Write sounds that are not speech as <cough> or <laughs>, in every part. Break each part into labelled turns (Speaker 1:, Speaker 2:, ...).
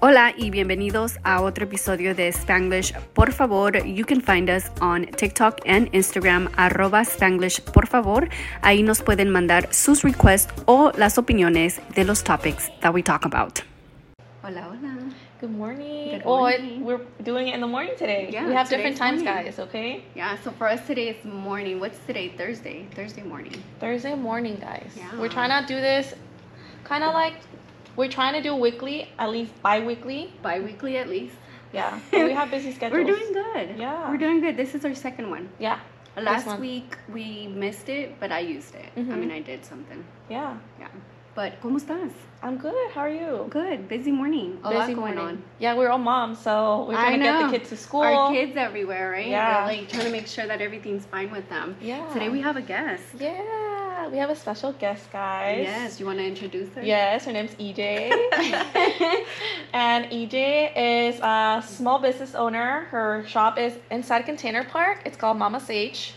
Speaker 1: Hola y bienvenidos a otro episodio de Spanglish. Por favor, you can find us on TikTok and Instagram arroba Spanglish. Por favor, ahí nos pueden mandar sus requests o las opiniones de los topics that we talk about. Hola, hola.
Speaker 2: Good morning.
Speaker 1: Good
Speaker 2: Oh, it-
Speaker 1: morning.
Speaker 2: we're doing it in the morning today.
Speaker 1: Yeah,
Speaker 2: we have different times,
Speaker 1: today's morning.
Speaker 2: guys. Okay,
Speaker 1: Yeah, so for us today is morning. What's today? Thursday. Thursday morning.
Speaker 2: Thursday morning, guys.
Speaker 1: Yeah.
Speaker 2: We're trying to do this, kind of like we're trying to do weekly, at least bi-weekly.
Speaker 1: Bi-weekly at least.
Speaker 2: Yeah, but we have busy schedules.
Speaker 1: <laughs> We're doing good.
Speaker 2: Yeah.
Speaker 1: We're doing good. This is our second one.
Speaker 2: Yeah,
Speaker 1: Last Mm-hmm.
Speaker 2: one.
Speaker 1: week we missed it, but I used it. I
Speaker 2: Mhm.
Speaker 1: mean, I did something.
Speaker 2: yeah.
Speaker 1: Yeah. But ¿cómo estás?
Speaker 2: I'm good. How are you?
Speaker 1: Good. Busy morning. A lot
Speaker 2: Busy
Speaker 1: going
Speaker 2: morning.
Speaker 1: on.
Speaker 2: Yeah, we're all moms, so we're
Speaker 1: I
Speaker 2: trying to get
Speaker 1: know.
Speaker 2: the kids to school.
Speaker 1: Our kids everywhere, right?
Speaker 2: Yeah.
Speaker 1: They're like trying to make sure that everything's fine with them.
Speaker 2: Yeah.
Speaker 1: Today we have a guest.
Speaker 2: Yeah, we have a special guest, guys.
Speaker 1: Yes. You want to introduce her?
Speaker 2: Yes, her name's
Speaker 1: <laughs>
Speaker 2: EJ. and EJ is a small business owner. Her shop is inside Container Park. It's called Mama Sage.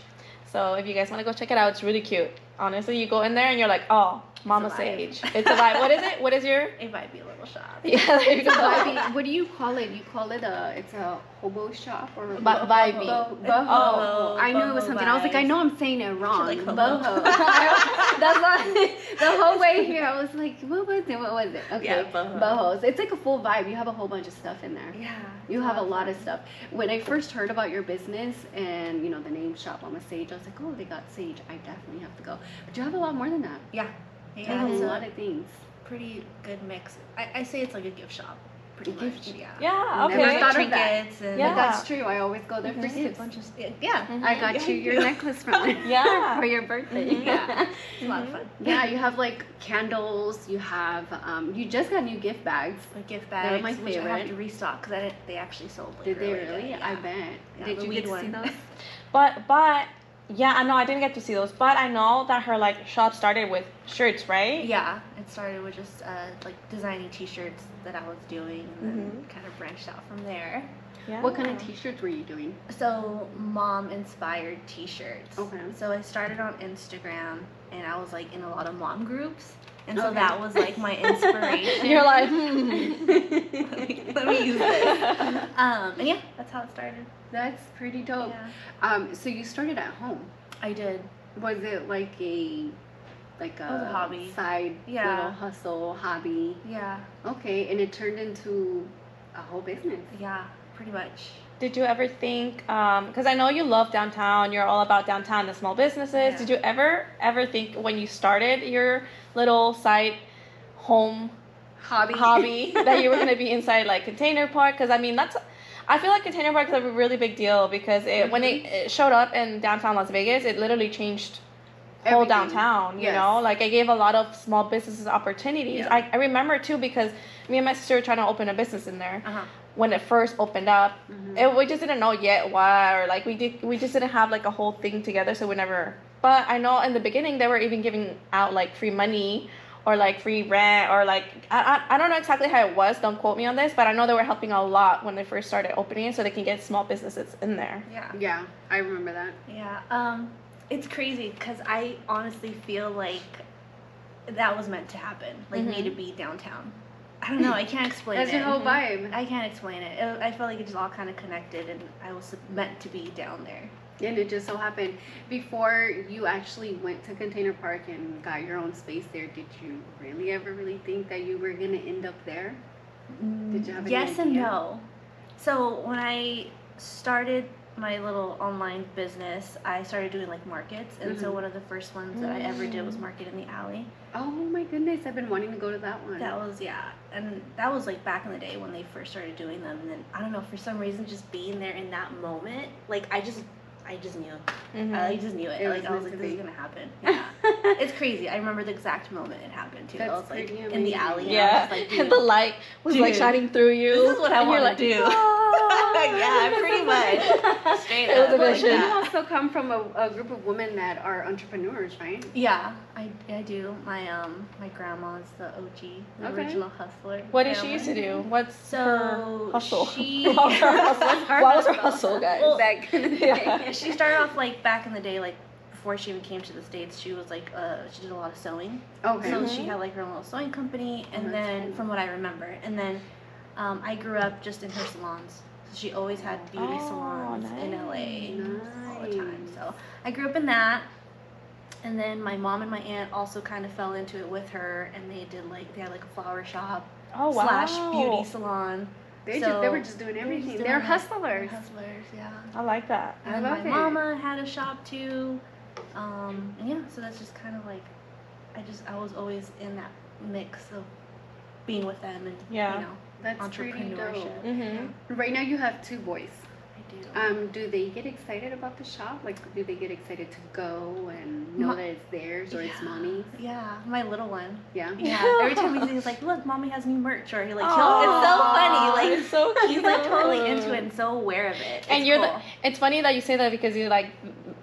Speaker 2: So if you guys want to go check it out, it's really cute. Honestly, you go in there and you're like, oh, Mama
Speaker 1: vibe.
Speaker 2: Sage. It's a vibe. What is it? What is your?
Speaker 1: It might be a little shop.
Speaker 2: Yeah, <laughs> there
Speaker 1: <laughs>
Speaker 2: you
Speaker 1: It's a
Speaker 2: go.
Speaker 1: vibey- <laughs> what do you call it? You call it a it's a hobo shop or
Speaker 2: Ba- vibey.
Speaker 1: Bo- boho.
Speaker 2: Oh,
Speaker 1: I knew it was
Speaker 3: boho
Speaker 1: something. I was like, I
Speaker 3: vibes.
Speaker 1: know I'm saying it wrong.
Speaker 3: like hobo.
Speaker 1: boho. <laughs> That's why <laughs> the whole way here I was like, what was it? What was it? Okay,
Speaker 3: Yeah, boho.
Speaker 1: bohos. It's like a full vibe. You have a whole bunch of stuff in there.
Speaker 3: Yeah.
Speaker 1: You have a lot of stuff. When I first heard about your business and you know the name Shop Mama Sage, I was like, oh, they got Sage. I definitely have to go. But you have a lot more than that.
Speaker 3: Yeah.
Speaker 1: You
Speaker 3: Yeah.
Speaker 1: have a
Speaker 3: It's
Speaker 1: lot
Speaker 3: a
Speaker 1: of things.
Speaker 3: pretty good mix. I, I say it's like a gift shop, pretty
Speaker 1: Gift
Speaker 3: much.
Speaker 1: shop.
Speaker 3: Yeah.
Speaker 2: Yeah,
Speaker 1: Never
Speaker 2: okay.
Speaker 1: thought of that.
Speaker 3: Trinkets and
Speaker 1: But
Speaker 2: Yeah.
Speaker 1: that's true. I always go there for
Speaker 3: There's a
Speaker 1: gifts.
Speaker 3: bunch of yeah.
Speaker 2: Mhm.
Speaker 1: I got
Speaker 3: <laughs>
Speaker 1: you your necklace from it. <laughs>
Speaker 2: Yeah.
Speaker 1: for your birthday.
Speaker 2: Mhm.
Speaker 1: Yeah.
Speaker 3: It's a lot of fun.
Speaker 1: Mm-hmm. yeah, you have like candles. You have um, you just got new gift bags.
Speaker 3: Like gift bags,
Speaker 1: my
Speaker 3: which I have
Speaker 1: favorite.
Speaker 3: to restock because I didn't- they actually sold. Like,
Speaker 1: Did they
Speaker 3: good.
Speaker 1: really?
Speaker 3: Yeah.
Speaker 1: I bet.
Speaker 3: Yeah,
Speaker 1: Did
Speaker 3: the
Speaker 1: you
Speaker 3: weed
Speaker 1: get to see
Speaker 3: one.
Speaker 1: those?
Speaker 2: But but yeah, I know I didn't get to see those, but I know that her like shop started with shirts, right?
Speaker 3: Yeah. It started with just uh, like designing T-shirts that I was doing, and then
Speaker 1: Mm-hmm.
Speaker 3: kind of branched out from there.
Speaker 2: Yeah.
Speaker 1: What kind of T-shirts were you doing?
Speaker 3: So mom inspired T-shirts.
Speaker 1: Okay.
Speaker 3: So I started on Instagram, and I was like in a lot of mom groups, and so
Speaker 1: Okay.
Speaker 3: that was like my
Speaker 1: <laughs>
Speaker 3: inspiration.
Speaker 2: You're
Speaker 3: <laughs>
Speaker 2: like, hmm.
Speaker 3: Let me use this.
Speaker 1: <laughs>
Speaker 2: <laughs>
Speaker 3: Um, and yeah, that's how it started.
Speaker 1: That's pretty dope.
Speaker 3: Yeah.
Speaker 1: Um, so you started at home.
Speaker 3: I did.
Speaker 1: Was it like a like a,
Speaker 3: was a hobby.
Speaker 1: side
Speaker 3: Yeah.
Speaker 1: little hustle hobby?
Speaker 3: Yeah,
Speaker 1: Okay, and it turned into a whole business.
Speaker 3: yeah, pretty much.
Speaker 2: Did you ever think? Because I know you love downtown. You're all about downtown, the small businesses.
Speaker 3: Yeah.
Speaker 2: Did you ever ever think when you started your little side home
Speaker 1: Hobby. <laughs>
Speaker 2: hobby that you were going to be inside like Container Park? Because I mean, that's I feel like Container Park is a really big deal because it when it, it showed up in downtown Las Vegas, it literally changed whole
Speaker 1: Everything.
Speaker 2: downtown. You
Speaker 1: Yes.
Speaker 2: know, like it gave a lot of small businesses opportunities.
Speaker 3: Yeah.
Speaker 2: I, I remember too because me and my sister were trying to open a business in there
Speaker 3: Uh huh.
Speaker 2: when it first opened up.
Speaker 1: Mm-hmm.
Speaker 2: It, we just didn't know yet why, or like we did, we just didn't have like a whole thing together, so we never. But I know in the beginning they were even giving out like free money, or like free rent, or like I I, I don't know exactly how it was. Don't quote me on this, but I know they were helping a lot when they first started opening, so they can get small businesses in there.
Speaker 3: Yeah,
Speaker 1: Yeah, I remember that.
Speaker 3: yeah. Um, it's crazy because I honestly feel like that was meant to happen, like me
Speaker 2: Mhm.
Speaker 3: to be downtown. I don't know. I can't explain
Speaker 1: That's
Speaker 3: it.
Speaker 1: your whole vibe.
Speaker 3: I can't explain it. it. I felt like it just all kind of connected, and I was meant to be down there.
Speaker 1: And it just so happened before you actually went to Container Park and got your own space there, did you really ever really think that you were going to end up there? Did you have any
Speaker 3: Mm, yes and
Speaker 1: idea?
Speaker 3: no. So when I started my little online business, I started doing like markets, and so
Speaker 1: Mhm.
Speaker 3: one of the first ones that I ever did
Speaker 1: Mm.
Speaker 3: was Market in the Alley.
Speaker 1: Oh my goodness, I've been wanting to go to that one. <laughs>
Speaker 3: That was yeah, and that was like back in the day when they first started doing them, and then I don't know for some reason just being there in that moment, like I just. I just knew. I just knew it.
Speaker 1: It was
Speaker 3: like I was
Speaker 1: meant
Speaker 3: like,
Speaker 1: to
Speaker 3: this
Speaker 1: be.
Speaker 3: is gonna
Speaker 1: <laughs>
Speaker 3: happen. Yeah. it's crazy. I remember the exact moment it happened too. I
Speaker 1: That's
Speaker 3: was like
Speaker 1: pretty
Speaker 3: in the
Speaker 1: amazing.
Speaker 3: alley. and I
Speaker 2: Yeah,
Speaker 3: was like,
Speaker 2: <laughs> and the light was like
Speaker 3: Dude,
Speaker 2: shining through you.
Speaker 3: this is what I
Speaker 2: and you're
Speaker 3: wanna
Speaker 2: like,
Speaker 3: do.
Speaker 2: "Ah."
Speaker 3: <laughs>
Speaker 2: <laughs>
Speaker 3: Yeah, pretty much. Straight
Speaker 2: It was
Speaker 3: up.
Speaker 2: a
Speaker 1: Well,
Speaker 2: good
Speaker 1: you
Speaker 2: shit.
Speaker 1: also come from a, a group of women that are entrepreneurs, right?
Speaker 3: Yeah, I, I do. My um my grandma's the OG, the
Speaker 1: Okay.
Speaker 3: original hustler. Um,
Speaker 2: What did she used to do? What's her
Speaker 3: So
Speaker 2: hustle?
Speaker 3: she
Speaker 2: What was <laughs>
Speaker 3: <laughs>
Speaker 2: her hustle? What was her hustle, guys?
Speaker 3: Well,
Speaker 1: Back in the day.
Speaker 2: Yeah.
Speaker 3: <laughs> she started off like back in the day, like before she even came to the states. She was like uh she did a lot of sewing,
Speaker 1: Okay.
Speaker 3: so
Speaker 2: Mhm.
Speaker 3: she had like her own little sewing company, and
Speaker 1: that's
Speaker 3: then
Speaker 1: cool.
Speaker 3: from what I remember, and then Um, I grew up just in her salons. So she always had beauty
Speaker 2: Oh,
Speaker 3: salons in LA all the time.
Speaker 1: nice.
Speaker 3: So I grew up in that. And then my mom and my aunt also kind of fell into it with her, and they did like they had like a flower shop
Speaker 2: Oh wow.
Speaker 3: slash beauty salon.
Speaker 1: They just they
Speaker 3: So-
Speaker 1: were just doing everything.
Speaker 3: They're just
Speaker 1: They're
Speaker 3: doing it.
Speaker 1: hustlers.
Speaker 3: Hustlers, yeah.
Speaker 2: I like that.
Speaker 1: I
Speaker 3: And
Speaker 1: love
Speaker 3: my
Speaker 1: it.
Speaker 3: mama had a shop too. Um, and yeah, so that's just kind of like, I just I was always in that mix of being with them and
Speaker 2: Yeah.
Speaker 3: you know
Speaker 1: That's pretty dope.
Speaker 3: entrepreneurship.
Speaker 2: Mhm.
Speaker 1: Right now you have two boys.
Speaker 3: I do.
Speaker 1: Um, do they get excited about the shop? Like, do they get excited to go and know
Speaker 3: Ma-
Speaker 1: that it's theirs or it's
Speaker 3: Yeah.
Speaker 1: mommy's?
Speaker 3: yeah, my
Speaker 2: <laughs>
Speaker 3: little one.
Speaker 1: Yeah.
Speaker 3: Yeah, every time we see, he's like, "Look, mommy has new merch," or he like,
Speaker 2: Aw,
Speaker 3: he'll, "It's
Speaker 2: it's
Speaker 3: so
Speaker 2: so
Speaker 3: funny." Like
Speaker 2: cute.
Speaker 3: <laughs> he's like
Speaker 2: <laughs>
Speaker 3: totally into it and so aware of it.
Speaker 2: And
Speaker 3: It's
Speaker 2: you're
Speaker 3: cool.
Speaker 2: the. It's funny that you say that because you're like,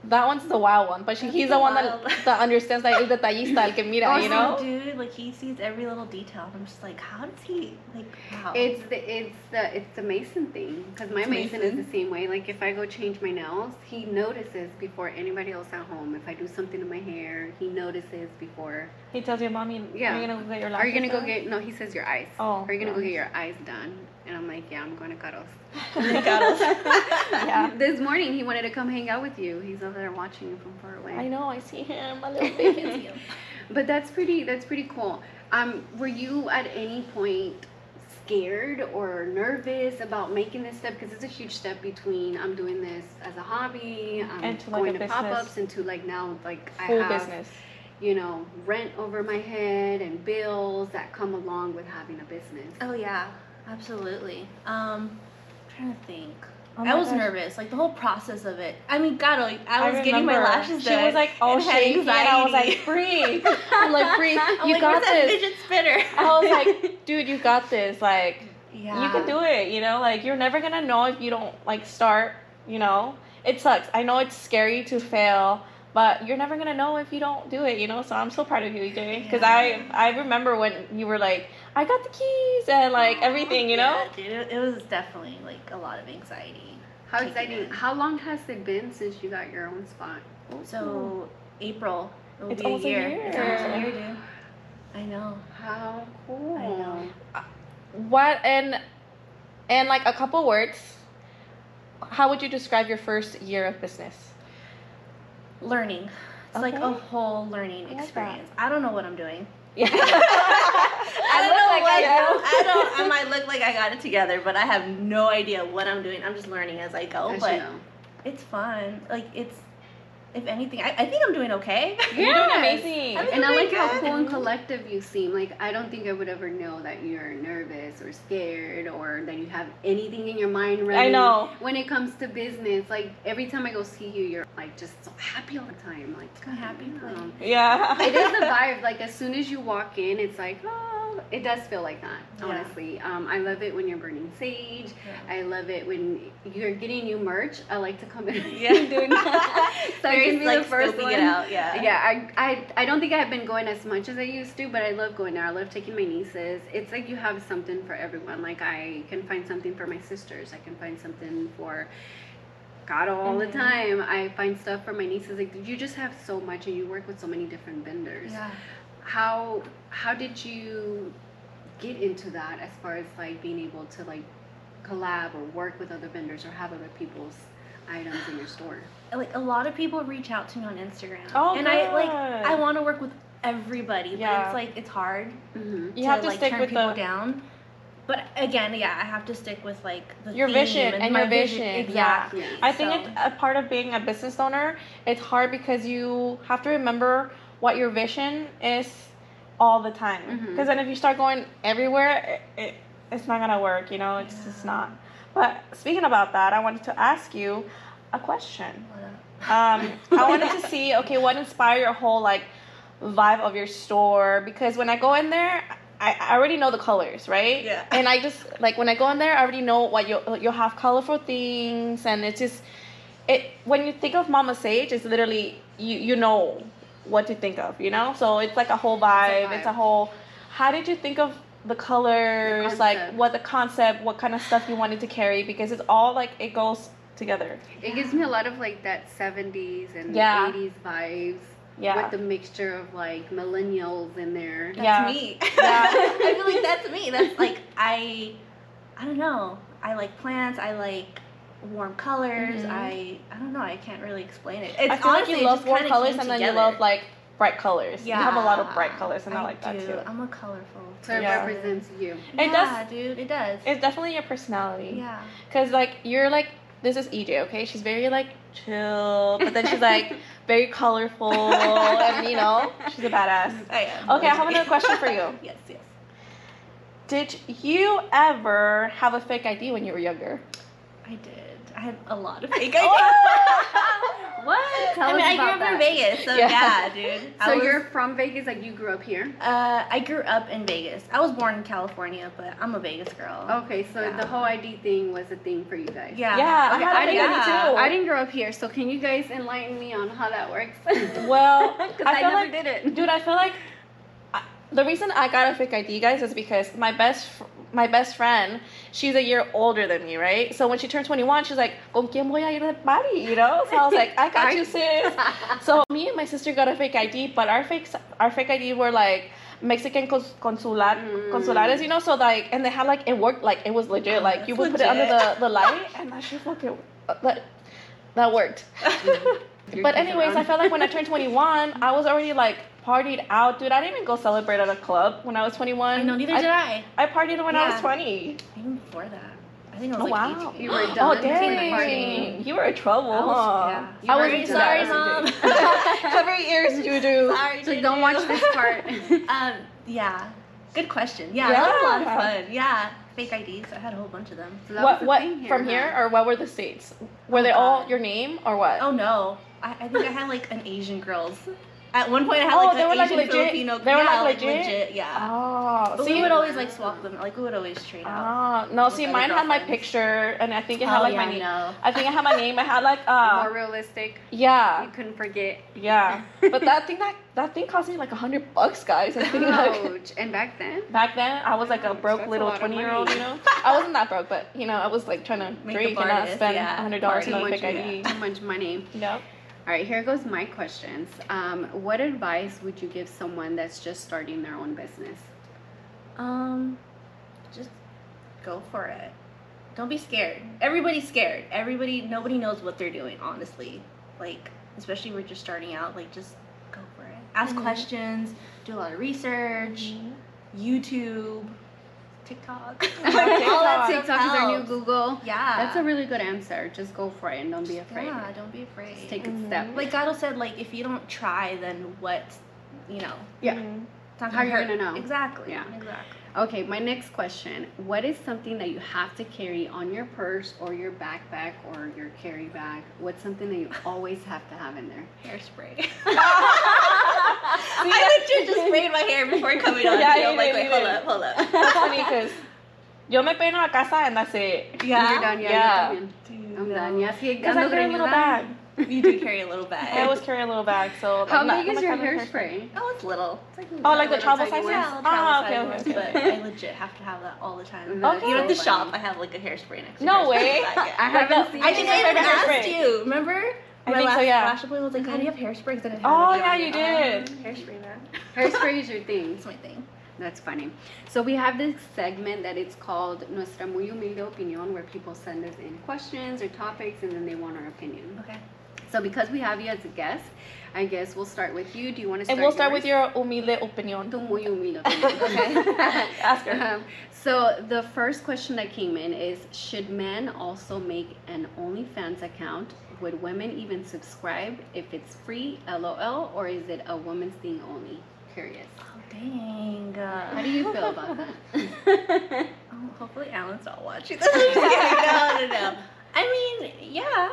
Speaker 2: that one's the wild one, but she,
Speaker 3: That's
Speaker 2: he's
Speaker 3: the
Speaker 2: the one <laughs>
Speaker 3: wild.
Speaker 2: that that understands that el detallista, el que mira,
Speaker 3: Awesome
Speaker 2: you know.
Speaker 3: dude. Like he sees every little detail. I'm just like, how does he like? Wow. <laughs>
Speaker 1: It's the it's the it's the Mason thing because my
Speaker 3: It's
Speaker 1: Mason, is
Speaker 3: Mason.
Speaker 1: the same way. Like if I go change my nails, he notices before anybody else at home. If I do something to my hair, he notices before.
Speaker 2: He tells your mommy,
Speaker 1: Yeah.
Speaker 2: "Are you gonna go get your
Speaker 1: Are you gonna
Speaker 2: lashes
Speaker 1: go
Speaker 2: done?"
Speaker 1: get? No, he says your eyes.
Speaker 2: Oh,
Speaker 1: Are you gonna go
Speaker 2: yeah.
Speaker 1: get your eyes done? And I'm like, yeah, I'm going to <laughs> Carlos.
Speaker 2: <laughs> yeah.
Speaker 1: <laughs> This morning he wanted to come hang out with you. He's over there watching you from far away.
Speaker 2: I know. I see him. My
Speaker 3: <laughs>
Speaker 2: little baby.
Speaker 1: But that's pretty. That's pretty cool. Um, were you at any point scared or nervous about making this step? Because it's a huge step between I'm doing this as a hobby, I'm
Speaker 2: And to, like,
Speaker 1: going
Speaker 2: a
Speaker 1: to
Speaker 2: business.
Speaker 1: pop ups, and to like now like I
Speaker 2: Full
Speaker 1: have
Speaker 2: business.
Speaker 1: you know rent over my head and bills that come along with having a business.
Speaker 3: Oh yeah, absolutely. Um, I'm trying to think.
Speaker 2: Oh
Speaker 3: I
Speaker 2: my
Speaker 3: was
Speaker 2: gosh.
Speaker 3: nervous, like the whole process of it. I mean, God, I, I was getting my
Speaker 2: remember.
Speaker 3: lashes
Speaker 2: She
Speaker 3: done.
Speaker 2: was like, "Oh,
Speaker 3: and had
Speaker 2: shaky," and I was like,
Speaker 3: anxiety.
Speaker 2: "Free." <laughs>
Speaker 3: <laughs>
Speaker 2: I'm like, "Free.
Speaker 3: I'm
Speaker 2: you
Speaker 3: like,
Speaker 2: got
Speaker 3: "Where's that
Speaker 2: this."
Speaker 3: fidget spinner.
Speaker 2: I was
Speaker 3: <laughs>
Speaker 2: like, "Dude, you got this." Like,
Speaker 3: yeah,
Speaker 2: you can do it. You know, like you're never gonna know if you don't like start. You know, it sucks. I know it's scary to fail, but you're never gonna know if you don't do it. You know, so I'm so proud of you, EJ, because
Speaker 3: Yeah.
Speaker 2: I I remember when you were like, "I got the keys" and like
Speaker 3: Oh,
Speaker 2: everything. You know,
Speaker 3: Yeah, dude, it, it was definitely like a lot of anxiety.
Speaker 1: How
Speaker 3: Taking
Speaker 1: exciting!
Speaker 3: it.
Speaker 1: How long has it been since you got your own spot?
Speaker 3: So April, it will
Speaker 2: Hmm. It's
Speaker 3: be a
Speaker 2: almost a
Speaker 3: year. It's almost a
Speaker 1: year.
Speaker 3: year, dude. I know.
Speaker 1: How cool!
Speaker 3: I know.
Speaker 2: what and and like a couple words. How would you describe your first year of business? <laughs>
Speaker 3: Learning. It's like a
Speaker 2: Okay.
Speaker 3: whole learning
Speaker 2: I like that.
Speaker 3: experience. I don't know what I'm doing.
Speaker 2: Yeah.
Speaker 3: I,
Speaker 2: I
Speaker 3: look
Speaker 2: look
Speaker 3: like I don't. <laughs> I
Speaker 2: know.
Speaker 3: don't. I might look like I got it together, but I have no idea what I'm doing. I'm just learning as I go.
Speaker 1: As you
Speaker 3: Oh, but
Speaker 1: know.
Speaker 3: it's fun. Like it's, if anything, I, I think I'm doing okay.
Speaker 2: You're doing
Speaker 1: Yes.
Speaker 2: amazing.
Speaker 3: I mean-
Speaker 1: And I
Speaker 3: Oh my
Speaker 1: like how
Speaker 3: God.
Speaker 1: cool and collective you seem. Like I don't think I would ever know that you're nervous or scared or that you have anything in your mind running.
Speaker 2: I know.
Speaker 1: When it comes to business, like every time I go see you, you're like just so happy all the time. Like
Speaker 3: I'm happy,
Speaker 1: you know.
Speaker 2: Yeah.
Speaker 1: It is the vibe. Like as soon as you walk in, it's like oh, it does feel like that.
Speaker 3: Yeah.
Speaker 1: Honestly, um, I love it when you're burning sage.
Speaker 3: <laughs>
Speaker 1: I <laughs> love it when you're getting new merch. I like to come in. <laughs>
Speaker 3: Yeah.
Speaker 1: doing
Speaker 3: <laughs>
Speaker 1: that. So I
Speaker 3: Very,
Speaker 1: can be
Speaker 3: like,
Speaker 1: the first
Speaker 3: scoping
Speaker 1: one.
Speaker 3: it out. Yeah.
Speaker 1: Yeah, I, I I don't think I've been going as much as I used to, but I love going there. I love taking my nieces. It's like you have something for everyone. Like I can find something for my sisters. I can find something for God all
Speaker 2: Mhm.
Speaker 3: Mm-hmm.
Speaker 1: the time. I find stuff for my nieces. Like you just have so much, and you work with so many different vendors.
Speaker 3: Yeah.
Speaker 1: How how did you get into that as far as like being able to like collab or work with other vendors or have other people's items in your store?
Speaker 3: Like a lot of people reach out to me on Instagram.
Speaker 2: Oh,
Speaker 3: And I like
Speaker 2: good.
Speaker 3: I want to work with everybody, but
Speaker 2: Yeah.
Speaker 3: it's like it's hard
Speaker 1: Mm-hmm.
Speaker 2: you have to
Speaker 3: like
Speaker 2: stick
Speaker 3: turn
Speaker 2: with
Speaker 3: people
Speaker 2: the
Speaker 3: down. But again, yeah, I have to stick with like the
Speaker 2: Your
Speaker 3: theme
Speaker 2: vision and
Speaker 3: my
Speaker 2: your vision, yeah.
Speaker 3: Exactly.
Speaker 1: Yeah.
Speaker 2: I think
Speaker 3: So-
Speaker 2: it's a part of being a business owner. It's hard because you have to remember what your vision is all the time. Because
Speaker 3: Mm-hmm.
Speaker 1: Mhm.
Speaker 2: then if you start going everywhere, it, it, it's not gonna work. You know, it's just
Speaker 3: Yeah.
Speaker 2: not. But speaking about that, I wanted to ask you a question.
Speaker 3: What up? <laughs>
Speaker 2: Um, I wanted to see, okay, what inspired your whole like vibe of your store? Because when I go in there, I, I already know the colors, right?
Speaker 3: Yeah.
Speaker 2: And I just like when I go in there, I already know what you will you'll have colorful things, and it's just it. When you think of Mama Sage, it's literally you you know what to think of, you know. So it's like a whole vibe. It's a,
Speaker 1: vibe.
Speaker 2: whole. How did you think of? The colors, like
Speaker 1: concept.
Speaker 2: what the concept, what kind of stuff you wanted to carry, because it's all like it goes together.
Speaker 1: It gives me a lot of like that 70s and
Speaker 2: Yeah.
Speaker 1: 80s vibes
Speaker 2: Yeah.
Speaker 1: with the mixture of like millennials in there.
Speaker 3: That's <laughs>
Speaker 2: Yeah.
Speaker 3: me.
Speaker 2: Yeah.
Speaker 3: I feel like that's me. That's like I I don't know. I like plants. I like warm colors.
Speaker 2: Mhm.
Speaker 3: I I don't know. I can't really explain it.
Speaker 2: I
Speaker 3: It's
Speaker 2: feel
Speaker 3: honestly,
Speaker 2: like
Speaker 3: it
Speaker 2: you love
Speaker 3: just
Speaker 2: warm
Speaker 3: kinda
Speaker 2: colors
Speaker 3: came
Speaker 2: and then you
Speaker 3: together.
Speaker 2: love like bright colors. You have a lot of bright colors and I, like that
Speaker 3: do.
Speaker 2: too.
Speaker 3: I'm a colorful.
Speaker 1: So it
Speaker 2: Yeah.
Speaker 1: represents you.
Speaker 2: It
Speaker 3: yeah, dude. It does.
Speaker 2: It's definitely your personality.
Speaker 3: yeah.
Speaker 2: Cause like you're like this is EJ, okay? She's very like chill, but then she's
Speaker 3: <laughs>
Speaker 1: <laughs>
Speaker 2: like very colorful and you know she's a badass.
Speaker 3: I am.
Speaker 2: Okay, I have another question for you.
Speaker 3: yes, yes.
Speaker 2: Did you ever have a fake ID when you were younger?
Speaker 3: I did. I had a lot of fake <laughs>
Speaker 2: Oh!
Speaker 3: ideas. what?
Speaker 1: Tell
Speaker 3: I mean,
Speaker 1: us
Speaker 3: I
Speaker 1: about
Speaker 3: grew up
Speaker 1: that.
Speaker 3: in Vegas, so
Speaker 2: Yeah.
Speaker 3: yeah, dude. I
Speaker 1: So
Speaker 3: was-
Speaker 1: you're from Vegas, like you grew up here.
Speaker 3: Uh, I grew up in Vegas. I was born in California, but I'm a Vegas girl.
Speaker 1: Okay, so
Speaker 3: Oh, Yeah.
Speaker 1: the whole ID thing was a thing for you guys.
Speaker 3: Yeah.
Speaker 2: Yeah,
Speaker 1: Okay,
Speaker 2: I had
Speaker 1: I
Speaker 2: a fake
Speaker 1: didn't-
Speaker 2: ID too.
Speaker 1: I didn't grow up here, so can you guys enlighten me on how that works? <laughs>
Speaker 2: Well,
Speaker 1: 'Cause
Speaker 2: I
Speaker 1: I
Speaker 2: feel
Speaker 1: never
Speaker 2: like-
Speaker 1: did it.
Speaker 2: Dude, I feel like I, the reason I got a fake ID, guys, is because my best fr- my best friend, she's a year older than me, right? So when she turned 21, she's like, "Con quién voy a ir de party?" You know? So I was like, "I got
Speaker 1: I- <laughs>
Speaker 2: you, sis." So me and my sister got a fake ID, but our fake our fake ID were like Mexican cons- consular
Speaker 1: Mm. Oh,
Speaker 2: consulares, you know. So like, and they had like it worked, like it was legit. Like you would put it under the
Speaker 3: Legit.
Speaker 2: the light, and that shit fucking uh, that that worked. <laughs>
Speaker 1: <laughs> Mm-hmm.
Speaker 2: But anyways, I felt like when I turned 21, I was already like partied out, dude. I didn't even go celebrate at a club when I was 21.
Speaker 3: I know, neither did I.
Speaker 2: I partied when I was
Speaker 3: Yeah.
Speaker 2: 20.
Speaker 3: Even before that. I think I was
Speaker 2: Oh,
Speaker 3: like
Speaker 2: wow.
Speaker 3: 18.
Speaker 1: you
Speaker 3: <gasps>
Speaker 1: were
Speaker 2: oh
Speaker 1: done
Speaker 2: dang,
Speaker 3: <laughs>
Speaker 2: you were a trouble,
Speaker 3: I was-
Speaker 2: huh?
Speaker 3: yeah.
Speaker 2: I
Speaker 1: You
Speaker 2: was
Speaker 1: were
Speaker 2: into
Speaker 1: sorry,
Speaker 2: that every
Speaker 3: Mom.
Speaker 2: day. <laughs> Cover your ears, Juju.
Speaker 3: Sorry,
Speaker 1: <laughs> So
Speaker 3: Juju.
Speaker 1: don't watch this
Speaker 2: <laughs>
Speaker 1: part.
Speaker 3: Um, <laughs> yeah. Good question. Yeah, that was a lot
Speaker 2: Yeah.
Speaker 3: of fun. Yeah. Fake IDs. I had a whole bunch of them.
Speaker 1: So that was
Speaker 2: What?
Speaker 1: the
Speaker 2: What?
Speaker 1: thing
Speaker 2: from here,
Speaker 1: huh?
Speaker 2: or what were the states? Were
Speaker 3: Oh,
Speaker 2: they all
Speaker 3: God.
Speaker 2: your name or what?
Speaker 3: Oh no. I, I think I had like an Asian girls. At one point I had
Speaker 2: Oh,
Speaker 3: like
Speaker 2: they
Speaker 3: an
Speaker 2: were, like,
Speaker 3: Asian
Speaker 2: legit?
Speaker 3: Filipino
Speaker 2: They were,
Speaker 3: yeah,
Speaker 2: like, legit?
Speaker 3: yeah.
Speaker 2: Oh,
Speaker 3: But
Speaker 2: see,
Speaker 3: we would always like swap them. Like we would always trade out.
Speaker 2: Ah, no,
Speaker 3: with
Speaker 2: see,
Speaker 3: other
Speaker 2: mine had my
Speaker 3: girlfriends.
Speaker 2: picture, and I think it
Speaker 3: Oh,
Speaker 2: had like
Speaker 3: yeah,
Speaker 2: my name.
Speaker 3: no.
Speaker 2: I think I had my name. I had like uh,
Speaker 1: More realistic. You
Speaker 2: yeah,
Speaker 1: couldn't
Speaker 2: <laughs>
Speaker 1: forget.
Speaker 2: yeah. But that thing that that thing cost me like a hundred bucks, guys. I think <laughs> like,
Speaker 1: Ouch. And back then,
Speaker 2: back then I was like a broke
Speaker 1: That's a
Speaker 2: little
Speaker 1: lot of
Speaker 2: twenty year old. You
Speaker 1: money.
Speaker 2: know, <laughs> I wasn't that broke, but you know, I was like trying to
Speaker 3: Makeup
Speaker 2: drink and not
Speaker 3: artist,
Speaker 2: spend
Speaker 3: yeah.
Speaker 2: hundred dollars
Speaker 1: too
Speaker 2: on a E.
Speaker 1: much,
Speaker 2: fake ID.
Speaker 1: too much money.
Speaker 2: Yep.
Speaker 1: All right, here goes my questions. Um, what advice would you give someone that's just starting their own
Speaker 2: <laughs>
Speaker 1: business?
Speaker 3: Um, just go for it. Don't be scared. Everybody's scared. Everybody, nobody knows what they're doing. Honestly, like especially when you're starting out, like just go for it. Ask
Speaker 2: Mhm.
Speaker 3: questions. Do a lot of research.
Speaker 2: Mm-hmm.
Speaker 3: YouTube, TikTok. <laughs>
Speaker 1: <laughs>
Speaker 2: Oh
Speaker 1: All that TikTok is our new
Speaker 3: Helps.
Speaker 1: Google.
Speaker 3: Yeah,
Speaker 1: That's a really good answer. Just go for it and don't be afraid.
Speaker 3: Yeah, don't be afraid.
Speaker 1: Just take
Speaker 2: Mhm.
Speaker 1: a step.
Speaker 3: like Gato said, like if you don't try, then what? You know,
Speaker 1: Yeah.
Speaker 2: Mhm.
Speaker 3: it's not
Speaker 1: How
Speaker 3: gonna
Speaker 1: are you
Speaker 3: hurt.
Speaker 1: gonna know?
Speaker 3: Exactly.
Speaker 1: Yeah.
Speaker 3: Exactly.
Speaker 1: Okay, my next question. What is something that you have to carry on your purse or your backpack or your carry bag? What's something
Speaker 2: <laughs>
Speaker 1: that you always have to have in there?
Speaker 3: Hairspray.
Speaker 2: that-
Speaker 3: I legit just sprayed my hair before coming on.
Speaker 2: Yeah,
Speaker 3: Yeah,
Speaker 2: you
Speaker 3: like,
Speaker 2: did,
Speaker 3: wait,
Speaker 2: you
Speaker 3: hold
Speaker 2: did.
Speaker 3: up, hold up.
Speaker 2: That's funny
Speaker 3: <laughs>
Speaker 2: because yo me peino a casa and that's it.
Speaker 3: Yeah.
Speaker 1: You're done, yeah.
Speaker 2: Yeah.
Speaker 1: You're done.
Speaker 3: Dude,
Speaker 1: I'm
Speaker 3: no.
Speaker 1: done. Yeah, see,
Speaker 2: Because I
Speaker 1: ando
Speaker 2: carry a little bag.
Speaker 3: You do carry a little bag.
Speaker 2: I always carry a little bag, so like,
Speaker 1: How
Speaker 2: not-
Speaker 1: big
Speaker 2: not
Speaker 1: is your
Speaker 2: kind of
Speaker 1: hair
Speaker 2: person.
Speaker 1: spray?
Speaker 3: <laughs> Oh, it's little. It's like
Speaker 2: Oh, like the
Speaker 1: Little
Speaker 2: travel
Speaker 1: tiny
Speaker 2: size
Speaker 1: ones?
Speaker 2: ones?
Speaker 3: Yeah, little
Speaker 2: Ah,
Speaker 3: travel
Speaker 2: okay,
Speaker 3: size
Speaker 2: okay,
Speaker 3: ones,
Speaker 2: okay.
Speaker 3: But I legit have to have that all the time.
Speaker 2: Oh,
Speaker 1: That's
Speaker 3: Even at the
Speaker 1: so
Speaker 3: shop, I
Speaker 1: funny.
Speaker 3: have like a hairspray next to
Speaker 2: No
Speaker 3: my
Speaker 2: way.
Speaker 3: hairspray bag,
Speaker 1: I
Speaker 3: yeah.
Speaker 1: haven't
Speaker 2: Like the-
Speaker 1: seen
Speaker 3: <laughs> I think
Speaker 2: my
Speaker 3: I even
Speaker 2: favorite
Speaker 3: asked
Speaker 2: hairspray.
Speaker 3: you. Remember?
Speaker 2: I
Speaker 3: My
Speaker 2: think so,
Speaker 3: last-
Speaker 2: yeah.
Speaker 3: Last employee was like, "How do you have hairspray?" Because I didn't have
Speaker 2: Oh
Speaker 3: any
Speaker 2: yeah,
Speaker 3: on me.
Speaker 2: you did.
Speaker 3: Um, hairspray, man.
Speaker 1: Hairspray
Speaker 3: <laughs>
Speaker 1: is your thing.
Speaker 3: It's my thing.
Speaker 1: That's funny. So we have this segment that it's called Nuestra Muy Humilde Opinión, where people send us in questions or topics and then they want our opinion.
Speaker 3: Okay.
Speaker 1: So because we have you as a guest, I guess we'll start with you. Do you want to start
Speaker 2: And we'll start
Speaker 1: yours?
Speaker 2: with your humilde opinion.
Speaker 1: Tu muy humilde
Speaker 2: <laughs>
Speaker 1: opinión, okay?
Speaker 2: Ask her.
Speaker 1: Um, so the first question that came in is: Should men also make an OnlyFans account? Would women even subscribe if it's free? LOL, or is it a woman's thing only? Curious.
Speaker 3: Oh dang. Uh,
Speaker 1: How do you feel about
Speaker 2: <laughs>
Speaker 1: that?
Speaker 3: Oh, hopefully Alan's not watching this. no, no, no. <laughs> I mean, yeah.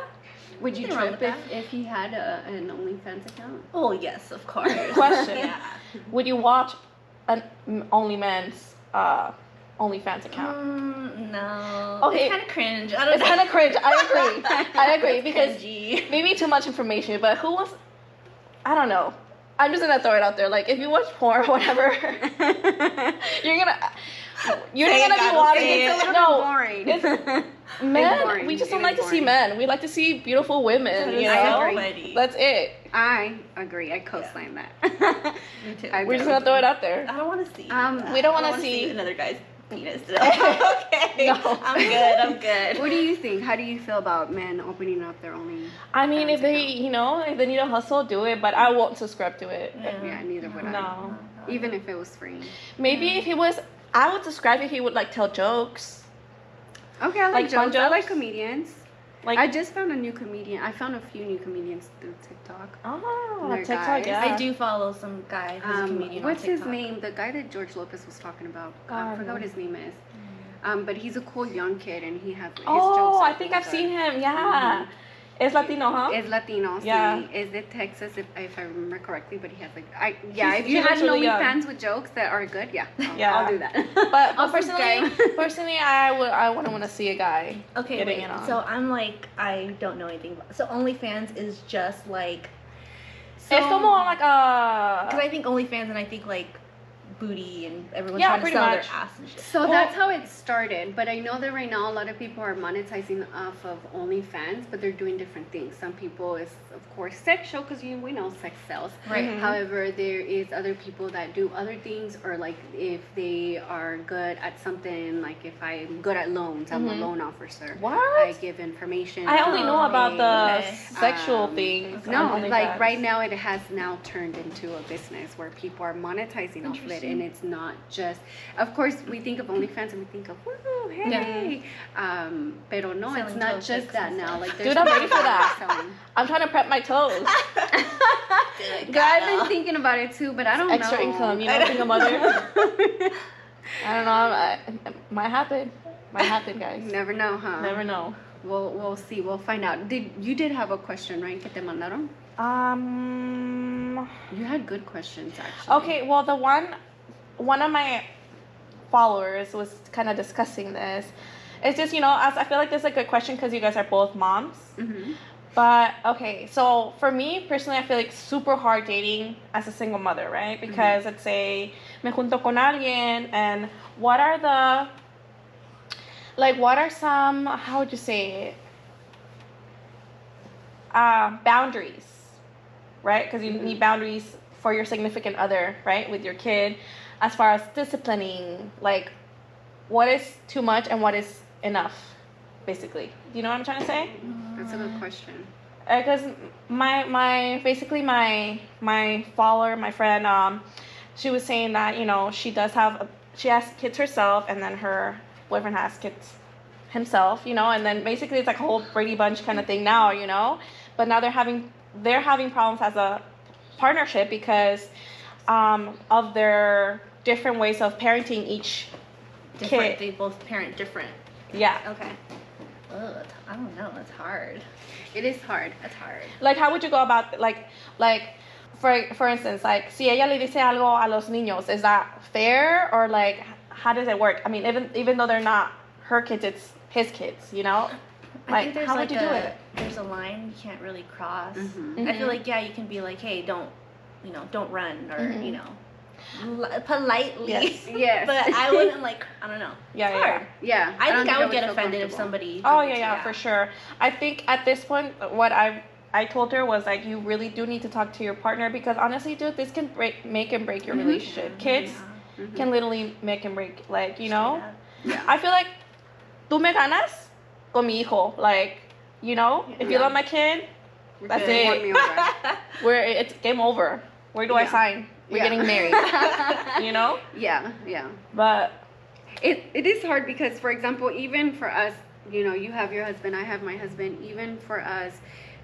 Speaker 1: Would you
Speaker 3: Nothing wrong
Speaker 1: trip
Speaker 3: with
Speaker 1: if, if he had a, an OnlyFans account?
Speaker 3: Oh, yes, of course.
Speaker 2: <laughs> Question.
Speaker 3: Yeah.
Speaker 2: Would you watch an m- only man's uh, OnlyFans account?
Speaker 3: Mm, no.
Speaker 2: Okay.
Speaker 3: It's kind of cringe. I don't
Speaker 2: It's kind of cringe. I
Speaker 3: <laughs>
Speaker 2: agree. I agree
Speaker 3: It's
Speaker 2: because
Speaker 3: cringy.
Speaker 2: maybe too much information. But who was? I don't know. I'm just gonna throw it out there. Like if you watch porn <laughs> or whatever, you're gonna you're
Speaker 3: Say it,
Speaker 2: gonna be
Speaker 3: Gato,
Speaker 2: watching.
Speaker 3: say it. It's a
Speaker 2: no,
Speaker 1: boring.
Speaker 3: <laughs>
Speaker 2: it's- <laughs>
Speaker 1: boring.
Speaker 2: men. We just don't
Speaker 1: It
Speaker 2: like
Speaker 1: is
Speaker 2: to see
Speaker 1: boring.
Speaker 2: men. We like to see beautiful women. You
Speaker 1: I
Speaker 2: know,
Speaker 1: agree.
Speaker 2: that's it.
Speaker 1: I agree. I co-sign that.
Speaker 3: Me too.
Speaker 1: I
Speaker 2: We're just gonna throw it out there.
Speaker 3: I don't want to see.
Speaker 1: Um,
Speaker 3: that.
Speaker 2: we don't
Speaker 3: I
Speaker 2: wanna
Speaker 3: wanna
Speaker 2: see-
Speaker 3: another guy's penis.
Speaker 2: <laughs>
Speaker 3: <laughs> okay.
Speaker 2: No.
Speaker 3: I'm good. I'm good.
Speaker 1: What do you think? How do you feel about men opening up their only?
Speaker 2: I mean, if they, you know, if they need a hustle, do it. But I won't subscribe to it.
Speaker 3: Yeah.
Speaker 1: Yeah, neither would I.
Speaker 2: No.
Speaker 1: Even if it was free.
Speaker 2: Maybe if he was, I would subscribe if he would like tell jokes.
Speaker 1: Okay, I like,
Speaker 2: Like
Speaker 1: jokes.
Speaker 2: fun
Speaker 1: I like
Speaker 2: jokes?
Speaker 1: comedians.
Speaker 2: Like
Speaker 1: I just found a new comedian. I found a few new comedians through TikTok.
Speaker 2: oh
Speaker 1: They're
Speaker 2: TikTok,
Speaker 1: guys.
Speaker 2: yeah.
Speaker 3: I do follow some guy who's a
Speaker 1: Um,
Speaker 3: comedian.
Speaker 1: what's
Speaker 3: on TikTok.
Speaker 1: his name? The guy that George Lopez was talking about. I
Speaker 2: God,
Speaker 1: forgot what
Speaker 2: no.
Speaker 1: his name is. Um, but he's a cool young kid, and he has. His
Speaker 2: Mm. Oh,
Speaker 1: jokes Mm-hmm. are
Speaker 2: I think
Speaker 1: really
Speaker 2: I've
Speaker 1: good.
Speaker 2: seen him. Yeah, it's Latino, huh?
Speaker 1: It's Latino. Sí.
Speaker 2: Yeah.
Speaker 1: Is it Texas, if, if I remember correctly? But he has like, I yeah.
Speaker 2: He's-
Speaker 1: if you
Speaker 2: he's
Speaker 1: have no
Speaker 2: actually young.
Speaker 1: fans with jokes that are good, yeah, I'll,
Speaker 2: Yeah.
Speaker 1: I'll do that.
Speaker 2: but
Speaker 1: <laughs> I'll
Speaker 2: but
Speaker 1: <laughs>
Speaker 2: personally,
Speaker 1: subscribe.
Speaker 2: personally, I would I wouldn't want to see a guy.
Speaker 3: Okay,
Speaker 2: getting
Speaker 3: wait.
Speaker 2: it on.
Speaker 3: So I'm like, I don't know anything. About, so OnlyFans is just like. So,
Speaker 2: it's como like uh,
Speaker 3: Because
Speaker 2: a
Speaker 3: I think OnlyFans and I think like booty and everyone
Speaker 2: Yeah,
Speaker 3: trying to
Speaker 2: pretty
Speaker 3: sell
Speaker 2: much.
Speaker 3: their ass and shit.
Speaker 1: So
Speaker 2: Well-
Speaker 1: that's how it started, but I know that right now a lot of people are monetizing off of OnlyFans, but they're doing different things. Some people is of course sexual because you we know sex sells.
Speaker 3: Right.
Speaker 2: Mhm.
Speaker 1: However, there is other people that do other things, or like if they are good at something, like if I'm good at loans, I'm
Speaker 2: Mhm.
Speaker 1: a loan officer.
Speaker 2: what?
Speaker 1: I
Speaker 2: I,
Speaker 1: give information.
Speaker 2: only
Speaker 1: on
Speaker 2: know about the
Speaker 1: things.
Speaker 3: Okay.
Speaker 2: sexual
Speaker 1: Oh, Um,
Speaker 2: things.
Speaker 1: No,
Speaker 3: Oh
Speaker 2: on
Speaker 1: like
Speaker 2: OnlyFans.
Speaker 1: right now it has now turned into a business where people are monetizing off of it,
Speaker 3: Interesting.
Speaker 1: and it's not just. Of course, we think of OnlyFans and we think of woo, hey, um, pero no, it's
Speaker 3: Selling
Speaker 1: not
Speaker 3: toe
Speaker 1: just
Speaker 3: pics
Speaker 1: that
Speaker 3: and
Speaker 1: now.
Speaker 3: stuff.
Speaker 1: Like,
Speaker 2: Dude,
Speaker 1: there's
Speaker 2: I'm
Speaker 1: other
Speaker 2: ready for
Speaker 1: things
Speaker 2: that.
Speaker 1: selling.
Speaker 2: <laughs> I'm trying to prep
Speaker 1: <laughs>
Speaker 2: my toes.
Speaker 1: Yeah, I've been thinking about it too, but I don't
Speaker 2: Extra
Speaker 1: know.
Speaker 2: income,
Speaker 1: <laughs>
Speaker 2: you know, being a mother. I don't know. I, it might happen. Might happen, guys.
Speaker 1: Never know, huh?
Speaker 2: Never know.
Speaker 1: We'll we'll see. We'll find out. Did you did have a question, right? Que te mandaron?
Speaker 2: Um.
Speaker 1: You had good questions actually.
Speaker 2: Okay, well, the one one of my followers was kind of discussing this. It's just you know, as I feel like this is a good question because you guys are both moms.
Speaker 1: Mm-hmm.
Speaker 2: But okay, so for me personally, I feel like super hard dating as a single mother, right? Because let's say me junto con alguien, and what are the like what are some how would you say it uh, boundaries right because you need boundaries for your significant other right with your kid as far as disciplining like what is too much and what is enough basically do you know what i'm trying to say
Speaker 1: That's a good question.
Speaker 2: because Uh, my my basically my my follower my friend um she was saying that you know she does have a, she has kids herself and then her boyfriend has kids himself you know and then basically it's like a whole brady bunch kind of thing now you know but now they're having they're having problems as a partnership because um of their different ways of parenting each Kid.
Speaker 3: Different. They both parent different.
Speaker 2: yeah
Speaker 3: Okay. Oh, that's- I don't know. That's hard.
Speaker 1: It is hard.
Speaker 3: That's hard.
Speaker 2: Like, how would you go about like, like, for for instance, like, si ella le dice algo a los niños, is that fair or like, how does it work? I mean, even even though they're not her kids, it's his kids, you know.
Speaker 3: I
Speaker 2: Like,
Speaker 3: think there's
Speaker 2: how
Speaker 3: like
Speaker 2: would you
Speaker 3: a,
Speaker 2: do it?
Speaker 3: There's a line you can't really cross.
Speaker 1: Mhm.
Speaker 3: I feel
Speaker 2: Mhm.
Speaker 3: like yeah, you can be like, hey, don't, you know, don't run or
Speaker 2: Mhm.
Speaker 3: you know, li- politely.
Speaker 2: Yes.
Speaker 1: Yes.
Speaker 3: <laughs> but I wouldn't like. I don't know.
Speaker 2: Yeah,
Speaker 3: It's
Speaker 2: yeah,
Speaker 3: hard.
Speaker 1: <laughs> Yeah.
Speaker 3: I,
Speaker 1: don't
Speaker 3: think I would get
Speaker 1: feel
Speaker 3: offended if
Speaker 1: comfortable.
Speaker 3: somebody.
Speaker 2: Oh
Speaker 3: did
Speaker 2: yeah, yeah,
Speaker 3: that.
Speaker 2: for sure. I think at this point, what I I told her was like, you really do need to talk to your partner because honestly, dude, this can break, make and break your
Speaker 1: Mhm.
Speaker 2: relationship. Kids
Speaker 3: Mm-hmm. Yeah.
Speaker 1: Mhm.
Speaker 2: can literally make and break, like you know.
Speaker 3: Straight up.
Speaker 2: I feel like tú me ganas con mi hijo. Like, you know, if you
Speaker 1: Yeah.
Speaker 2: love my kid,
Speaker 1: We're
Speaker 2: That's
Speaker 1: good.
Speaker 2: it.
Speaker 1: Walk me over.
Speaker 3: Oh,
Speaker 2: we're it's game over. Where do I
Speaker 1: Yeah.
Speaker 2: sign? <laughs> We're
Speaker 1: Yeah.
Speaker 2: getting
Speaker 1: <laughs>
Speaker 2: married. you know?
Speaker 1: yeah, yeah.
Speaker 2: But
Speaker 1: It it is hard because for example, even for us, you know, you have your husband, I have my husband, even for us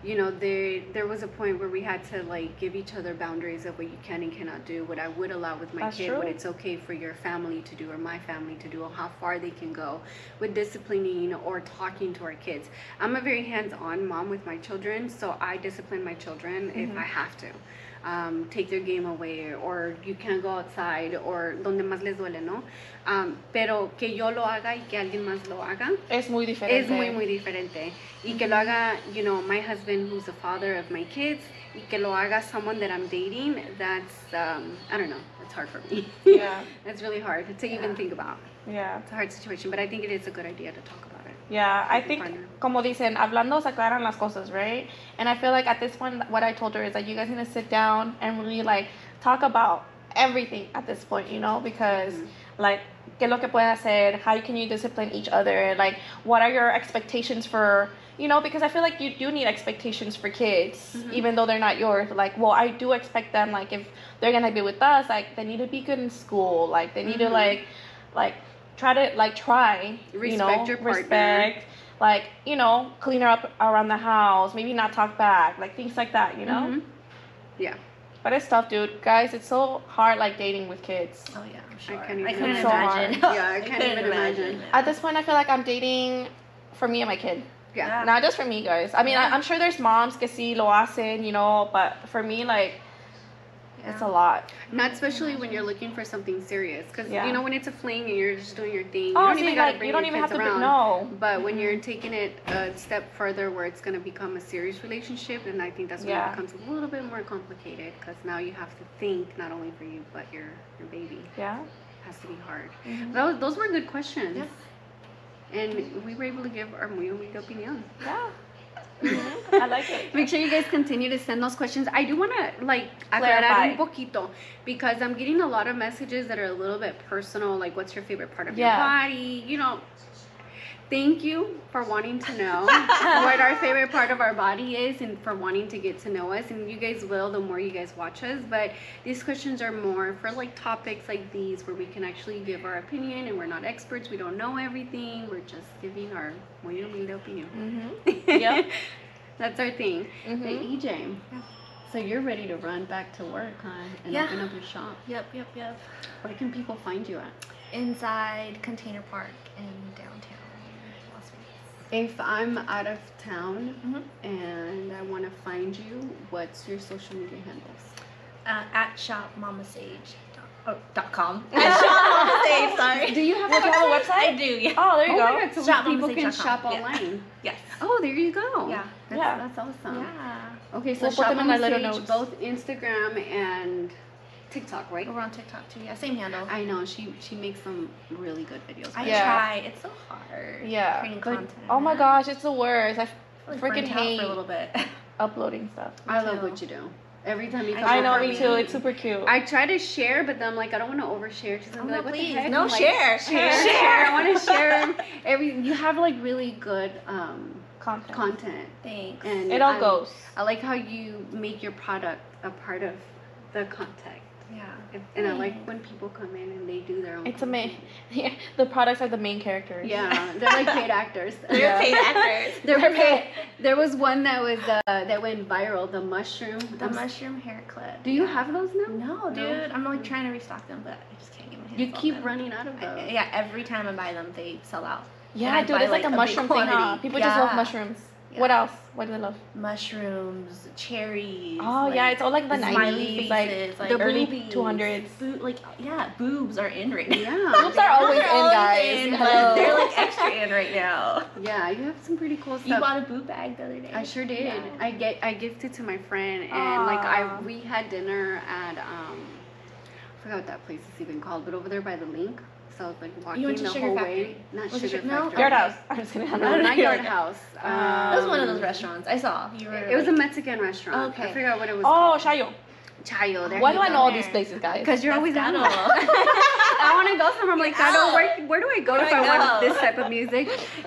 Speaker 1: you know, there there was a point where we had to like give each other boundaries of what you can and cannot do, what I would allow with my
Speaker 2: That's
Speaker 1: kid,
Speaker 2: true.
Speaker 1: what it's okay for your family to do or my family to do, or how far they can go with disciplining or talking to our kids. I'm a very hands-on mom with my children, so I discipline my children if
Speaker 2: Mm-hmm.
Speaker 1: I have to. Um, take their game away, or you can't go outside, or donde más les duele, no? Um, pero que yo lo haga y que alguien más lo haga,
Speaker 2: it's muy diferente.
Speaker 1: es muy muy diferente y que lo haga you know my husband who's the father of my kids y que lo haga someone that I'm dating that's um, I don't know it's hard for me <laughs>
Speaker 2: Yeah.
Speaker 1: that's really hard to even think about
Speaker 2: Yeah.
Speaker 1: it's a hard situation but I think it is a good idea to talk about it
Speaker 2: Yeah, I think,
Speaker 1: partner.
Speaker 2: como dicen, hablando se aclaran las cosas, right? And I feel like at this point, what I told her is like, you guys need to sit
Speaker 1: Mm-hmm.
Speaker 2: down and really like talk about everything at this point, you know? Because like qué es lo que pueden hacer, how can you discipline each other, like what are your expectations for, you know, because I feel like you do need expectations for kids,
Speaker 1: Mm-hmm.
Speaker 3: Mhm.
Speaker 2: even though they're not yours. Like, well, I do expect them, like, if they're gonna be with us, like, they need to be good in school, like, they need
Speaker 3: Mhm.
Speaker 1: Mm-hmm.
Speaker 2: to, like, like, try to, like, try, you know,
Speaker 1: Respect your partner.
Speaker 2: respect, like, you know, clean her up around the house, maybe not talk back, like, things like that, you know?
Speaker 1: Mhm. Yeah.
Speaker 2: But it's tough, dude. Guys, it's so hard, like, dating with kids.
Speaker 3: Oh yeah, I'm sure. I,
Speaker 1: can't even
Speaker 3: couldn't
Speaker 2: imagine.
Speaker 3: <laughs> imagine.
Speaker 1: Yeah, I can't
Speaker 3: couldn't
Speaker 1: even imagine.
Speaker 2: At this point, I feel like I'm dating for me and my kid.
Speaker 1: Yeah.
Speaker 2: Not just for me, guys. I mean, I,
Speaker 3: Yeah.
Speaker 2: I'm sure there's moms que sí lo hacen, you know, but for me, like, it's a lot.
Speaker 1: Not especially when you're looking for something serious, because
Speaker 2: Yeah.
Speaker 1: you know when it's a fling and you're just doing your thing. You
Speaker 2: Oh,
Speaker 1: don't
Speaker 2: see,
Speaker 1: even gotta
Speaker 2: like,
Speaker 1: bring
Speaker 2: you don't
Speaker 1: your
Speaker 2: even have
Speaker 1: kids
Speaker 2: to be,
Speaker 1: around.
Speaker 2: no. Mm-hmm.
Speaker 1: But when you're taking it a step further, where it's gonna become a serious relationship, and I think that's when
Speaker 2: Yeah.
Speaker 1: it becomes a little bit more complicated, because now you have to think not only for you but your your baby.
Speaker 2: Yeah.
Speaker 1: It has to be hard.
Speaker 2: Mm-hmm.
Speaker 1: Those those were good questions, and we were able to give our muy humilde opinion.
Speaker 2: Yeah. Mhm. I like
Speaker 1: <laughs>
Speaker 2: it.
Speaker 1: Make sure you guys continue to send those questions. I do want to like aclarar
Speaker 2: Clarify.
Speaker 1: un poquito because I'm getting a lot of messages that are a little bit personal, like what's your favorite part of
Speaker 2: Yeah.
Speaker 1: your body? You know, thank you for wanting to
Speaker 2: <laughs>
Speaker 1: know what our favorite part of our body is and for wanting to get to know us. And you guys will the more you guys watch us. But these questions are more for like topics like these where we can actually give our opinion and we're not experts. We don't know everything. We're just giving our muy humilde opinion.
Speaker 2: Mm-hmm.
Speaker 1: Yeah,
Speaker 2: Yep.
Speaker 1: <laughs> That's our thing. Hey,
Speaker 2: Mm-hmm.
Speaker 1: EJ. So you're ready to run back to work, huh? And
Speaker 3: Yeah.
Speaker 1: open up your shop.
Speaker 3: Yep, yep, yep.
Speaker 1: Where can people find you at?
Speaker 3: Inside Container Park in downtown Las Vegas.
Speaker 1: If I'm out of town
Speaker 3: Mhm.
Speaker 1: Mm-hmm. and I want to find you, what's your social media handles?
Speaker 3: Uh, at shopmamasage. Oh, dot com. <laughs> At shopmamasage, <laughs> sorry.
Speaker 1: Do you have
Speaker 2: Well,
Speaker 1: a
Speaker 2: do you have a
Speaker 1: website?
Speaker 2: website?
Speaker 3: I do, yeah.
Speaker 2: Oh, there
Speaker 1: Oh
Speaker 2: you go.
Speaker 1: my God, so
Speaker 3: Shop
Speaker 1: people
Speaker 3: Mama
Speaker 1: can
Speaker 3: Sage dot com.
Speaker 1: shop
Speaker 3: Yeah.
Speaker 1: online.
Speaker 3: Yes.
Speaker 1: Oh, there you go.
Speaker 3: Yeah.
Speaker 1: That's,
Speaker 2: Yeah.
Speaker 1: that's awesome.
Speaker 3: Yeah.
Speaker 1: Okay, so
Speaker 2: We'll put
Speaker 1: shop
Speaker 2: them in
Speaker 1: Mama
Speaker 2: our little
Speaker 1: Sage,
Speaker 2: notes.
Speaker 1: both Instagram and TikTok, right?
Speaker 3: We're on TikTok too. Yeah, same handle. I,
Speaker 1: I know she she makes some really good videos. by the
Speaker 2: Yeah.
Speaker 3: try. It's so hard.
Speaker 2: Yeah.
Speaker 3: Creating
Speaker 2: but-
Speaker 3: content.
Speaker 2: oh my gosh, it's the worst. I f-
Speaker 3: I feel
Speaker 2: freaking
Speaker 3: burnt out
Speaker 2: hate
Speaker 3: for a little bit. <laughs>
Speaker 2: uploading stuff.
Speaker 1: I love
Speaker 3: too.
Speaker 1: what you do. Every time you
Speaker 3: I
Speaker 1: come
Speaker 2: I know,
Speaker 1: over
Speaker 2: me
Speaker 1: to
Speaker 2: too. It's super cute.
Speaker 1: I try to share, but then I'm like, I don't want to overshare because I'm
Speaker 3: Oh,
Speaker 1: like,
Speaker 3: no,
Speaker 1: what
Speaker 3: please.
Speaker 1: the heck?
Speaker 3: No,
Speaker 1: I'm like,
Speaker 3: share,
Speaker 1: share, <laughs>
Speaker 3: share.
Speaker 1: share. I
Speaker 3: <laughs>
Speaker 1: want to share every. You have like really good um,
Speaker 2: Content.
Speaker 1: content,
Speaker 3: Thanks.
Speaker 1: and
Speaker 2: It all
Speaker 1: I-
Speaker 2: goes.
Speaker 1: I like how you make your product a part of the contact,
Speaker 3: yeah.
Speaker 1: and I
Speaker 3: Mm.
Speaker 1: like when people come in and they do their own.
Speaker 2: It's ama-
Speaker 3: <laughs>
Speaker 1: content.
Speaker 2: Yeah, the products are the main characters.
Speaker 1: Yeah, they're like paid actors.
Speaker 3: <laughs> They're
Speaker 2: Yeah.
Speaker 3: paid actors.
Speaker 1: <laughs> There
Speaker 2: They're
Speaker 1: was,
Speaker 2: paid.
Speaker 1: a- there was one that was uh, that went viral, the mushroom.
Speaker 3: The
Speaker 1: I'm s-
Speaker 3: mushroom hair clip.
Speaker 1: Do you have those now?
Speaker 3: No, dude. I'm like trying to restock them, but I just can't get my hands
Speaker 1: You
Speaker 3: on
Speaker 1: keep
Speaker 3: them.
Speaker 1: running out of those.
Speaker 3: I- yeah, every time I buy them, they sell out. And
Speaker 2: Yeah,
Speaker 3: I
Speaker 2: dude,
Speaker 3: buy,
Speaker 2: it's like, a
Speaker 3: like, a big
Speaker 2: mushroom thing, huh?
Speaker 3: quantity.
Speaker 2: People just love
Speaker 3: Yeah.
Speaker 2: mushrooms.
Speaker 3: Yeah.
Speaker 2: What else? What do they love?
Speaker 3: Mushrooms, cherries.
Speaker 2: Oh yeah, it's all like the
Speaker 3: smiley
Speaker 2: nineties, like,
Speaker 3: faces, like
Speaker 2: the early
Speaker 3: boobies.
Speaker 2: two hundreds.
Speaker 3: Boo- like yeah, boobs are in right now.
Speaker 1: <laughs> Yeah.
Speaker 2: Boobs are always in,
Speaker 3: They're always
Speaker 2: guys.
Speaker 3: in, but
Speaker 2: Hello.
Speaker 3: They're like extra in right
Speaker 1: <laughs>
Speaker 3: now.
Speaker 1: Yeah, you have some pretty cool
Speaker 3: You
Speaker 1: stuff.
Speaker 3: bought a boob bag the other day.
Speaker 1: I sure did.
Speaker 3: Yeah.
Speaker 1: I get I gifted to my friend and like I
Speaker 2: Aw.
Speaker 1: we had dinner at um I forgot what that place is even called, but over there by the link. So I was like walking
Speaker 3: went to
Speaker 1: the
Speaker 3: Sugar
Speaker 1: whole
Speaker 3: Factory?
Speaker 1: way. Not
Speaker 3: Was it
Speaker 1: Sugar
Speaker 3: Sugar- no? Uh,
Speaker 1: Factory.
Speaker 2: Yard House. <laughs> I'm just kidding.
Speaker 1: <laughs> No, not
Speaker 3: <laughs>
Speaker 1: Yard House. Um,
Speaker 2: That
Speaker 3: That was one of those restaurants I saw. You were.
Speaker 1: It was a Mexican restaurant. I
Speaker 3: Okay.
Speaker 1: forgot what it was
Speaker 2: Oh,
Speaker 1: called.
Speaker 2: Shayo.
Speaker 1: Chayo. There
Speaker 2: Why
Speaker 1: you
Speaker 2: do I
Speaker 1: go.
Speaker 2: know all
Speaker 3: there.
Speaker 2: these places, guys?
Speaker 1: Because you're always
Speaker 3: That's
Speaker 1: out.
Speaker 3: Gato.
Speaker 1: <laughs> I want to go somewhere. I'm like,
Speaker 3: You're
Speaker 1: Gato,
Speaker 3: out.
Speaker 1: where, where do I go
Speaker 3: Where
Speaker 1: if
Speaker 3: do
Speaker 1: I,
Speaker 3: I
Speaker 1: want
Speaker 3: go?"
Speaker 1: this type of <laughs> music?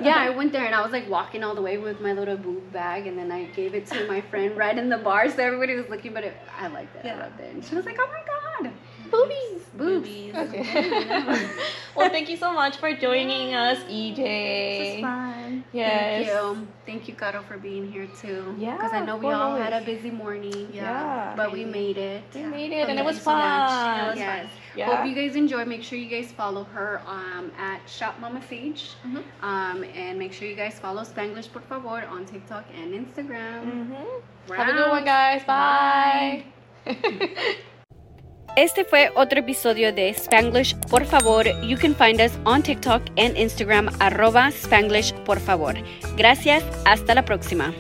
Speaker 1: Yeah, I went there and I was like walking all the way with my little boob bag, and then I gave it to my friend right in the bar, so everybody was looking. But it, I liked it. I
Speaker 3: Yeah.
Speaker 1: loved it. And she was like, Oh my god,
Speaker 2: boobies.
Speaker 1: boobs.
Speaker 3: <laughs>
Speaker 2: Okay. <laughs> well, thank you so much for joining us, E EJ.
Speaker 3: This is fun.
Speaker 2: Yes.
Speaker 1: Thank you, thank you, Gato, for being here too.
Speaker 2: Yeah,
Speaker 1: because I know
Speaker 2: of
Speaker 1: we all
Speaker 2: course.
Speaker 1: had a busy morning.
Speaker 2: Yeah.
Speaker 1: but we made it.
Speaker 2: We
Speaker 3: Yeah.
Speaker 2: made it, and it
Speaker 1: Thank
Speaker 2: was
Speaker 1: you so much.
Speaker 2: fun.
Speaker 3: It was
Speaker 1: Yes.
Speaker 3: fun.
Speaker 2: Yeah.
Speaker 1: Hope you guys enjoy. Make sure you guys follow her um, at Shop Mama Sage.
Speaker 2: Mm-hmm.
Speaker 3: Mhm.
Speaker 1: Um, and make sure you guys follow Spanglish Por Favor on TikTok and Instagram.
Speaker 2: Mhm.
Speaker 1: We're
Speaker 2: Have a good
Speaker 1: out.
Speaker 2: one, guys. Bye. <laughs>
Speaker 1: Este fue otro episodio de Spanglish, por favor. You can find us on TikTok and Instagram, arroba Spanglish, por favor. Gracias, hasta la próxima.